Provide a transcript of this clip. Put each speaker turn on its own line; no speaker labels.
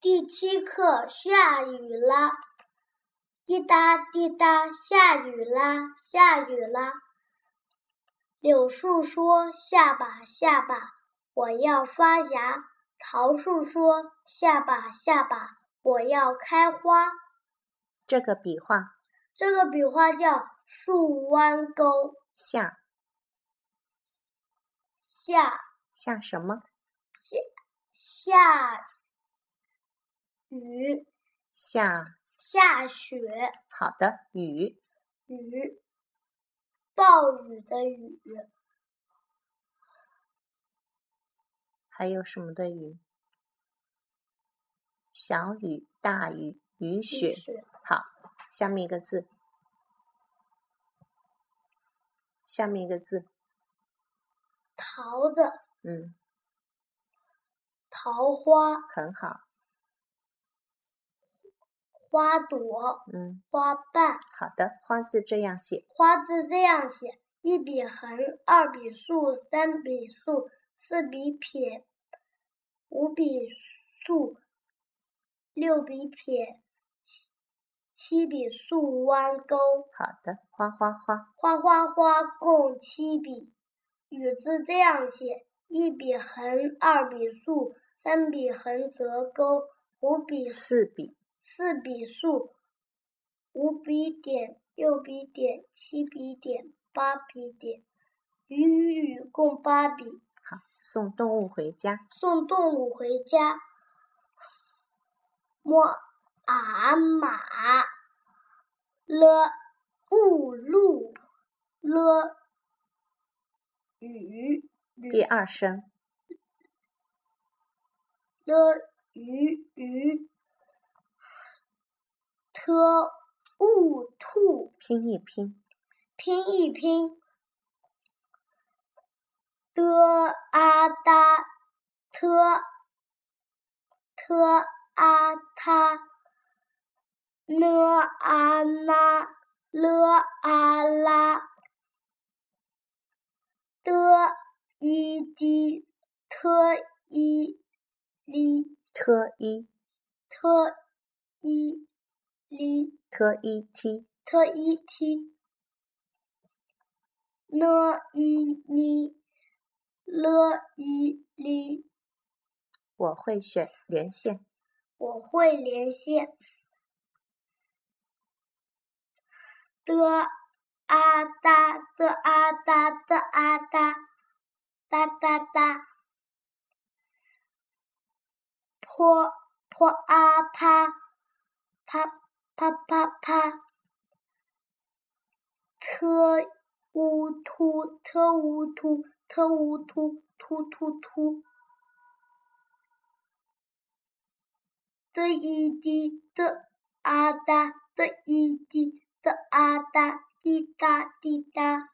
第七课下雨啦，滴答滴答，下雨啦，下雨啦。柳树说：“下吧，下吧，我要发芽。”桃树说：“下吧，下吧，我要开花。
这个笔画”
这个笔画叫树弯钩
下
下
下什么？
下雨
下
下雪
好的雨
雨，暴雨的雨，
还有什么的雨？小雨、大雨、雨雪。好，下面一个字，下面一个字，
桃子
嗯，
桃花
很好，
花朵
嗯，
花瓣。
好的，花字这样写，
花字这样写：一笔横，二笔竖，三笔竖，四笔撇，五笔竖，六笔撇，七七笔竖弯钩。
好的，花花花，
花花花共七笔。雨字这样写：一笔横，二笔竖，三笔横折钩，五笔
四笔，
四笔竖，五笔点，六笔点，七笔点，八笔点，鱼与雨共八笔。
好，送动物回家，
送动物回家。摸啊马了雾路了雨
第
雨
二声，
了鱼鱼特雾兔。
拼一拼，
拼一拼的啊哒特特啊他呢啊那了啊啦的一滴特一哩
特一
特一哩。
特一踢，
特一踢，呢一呢，了一哩，
我会选连线，
我会连线。的啊哒的啊哒的啊哒，哒哒哒。坡坡啊啪，啪啪啪啪。特乌突特乌突特乌突突突突。的一滴的啊哒的一滴的啊哒滴答滴答。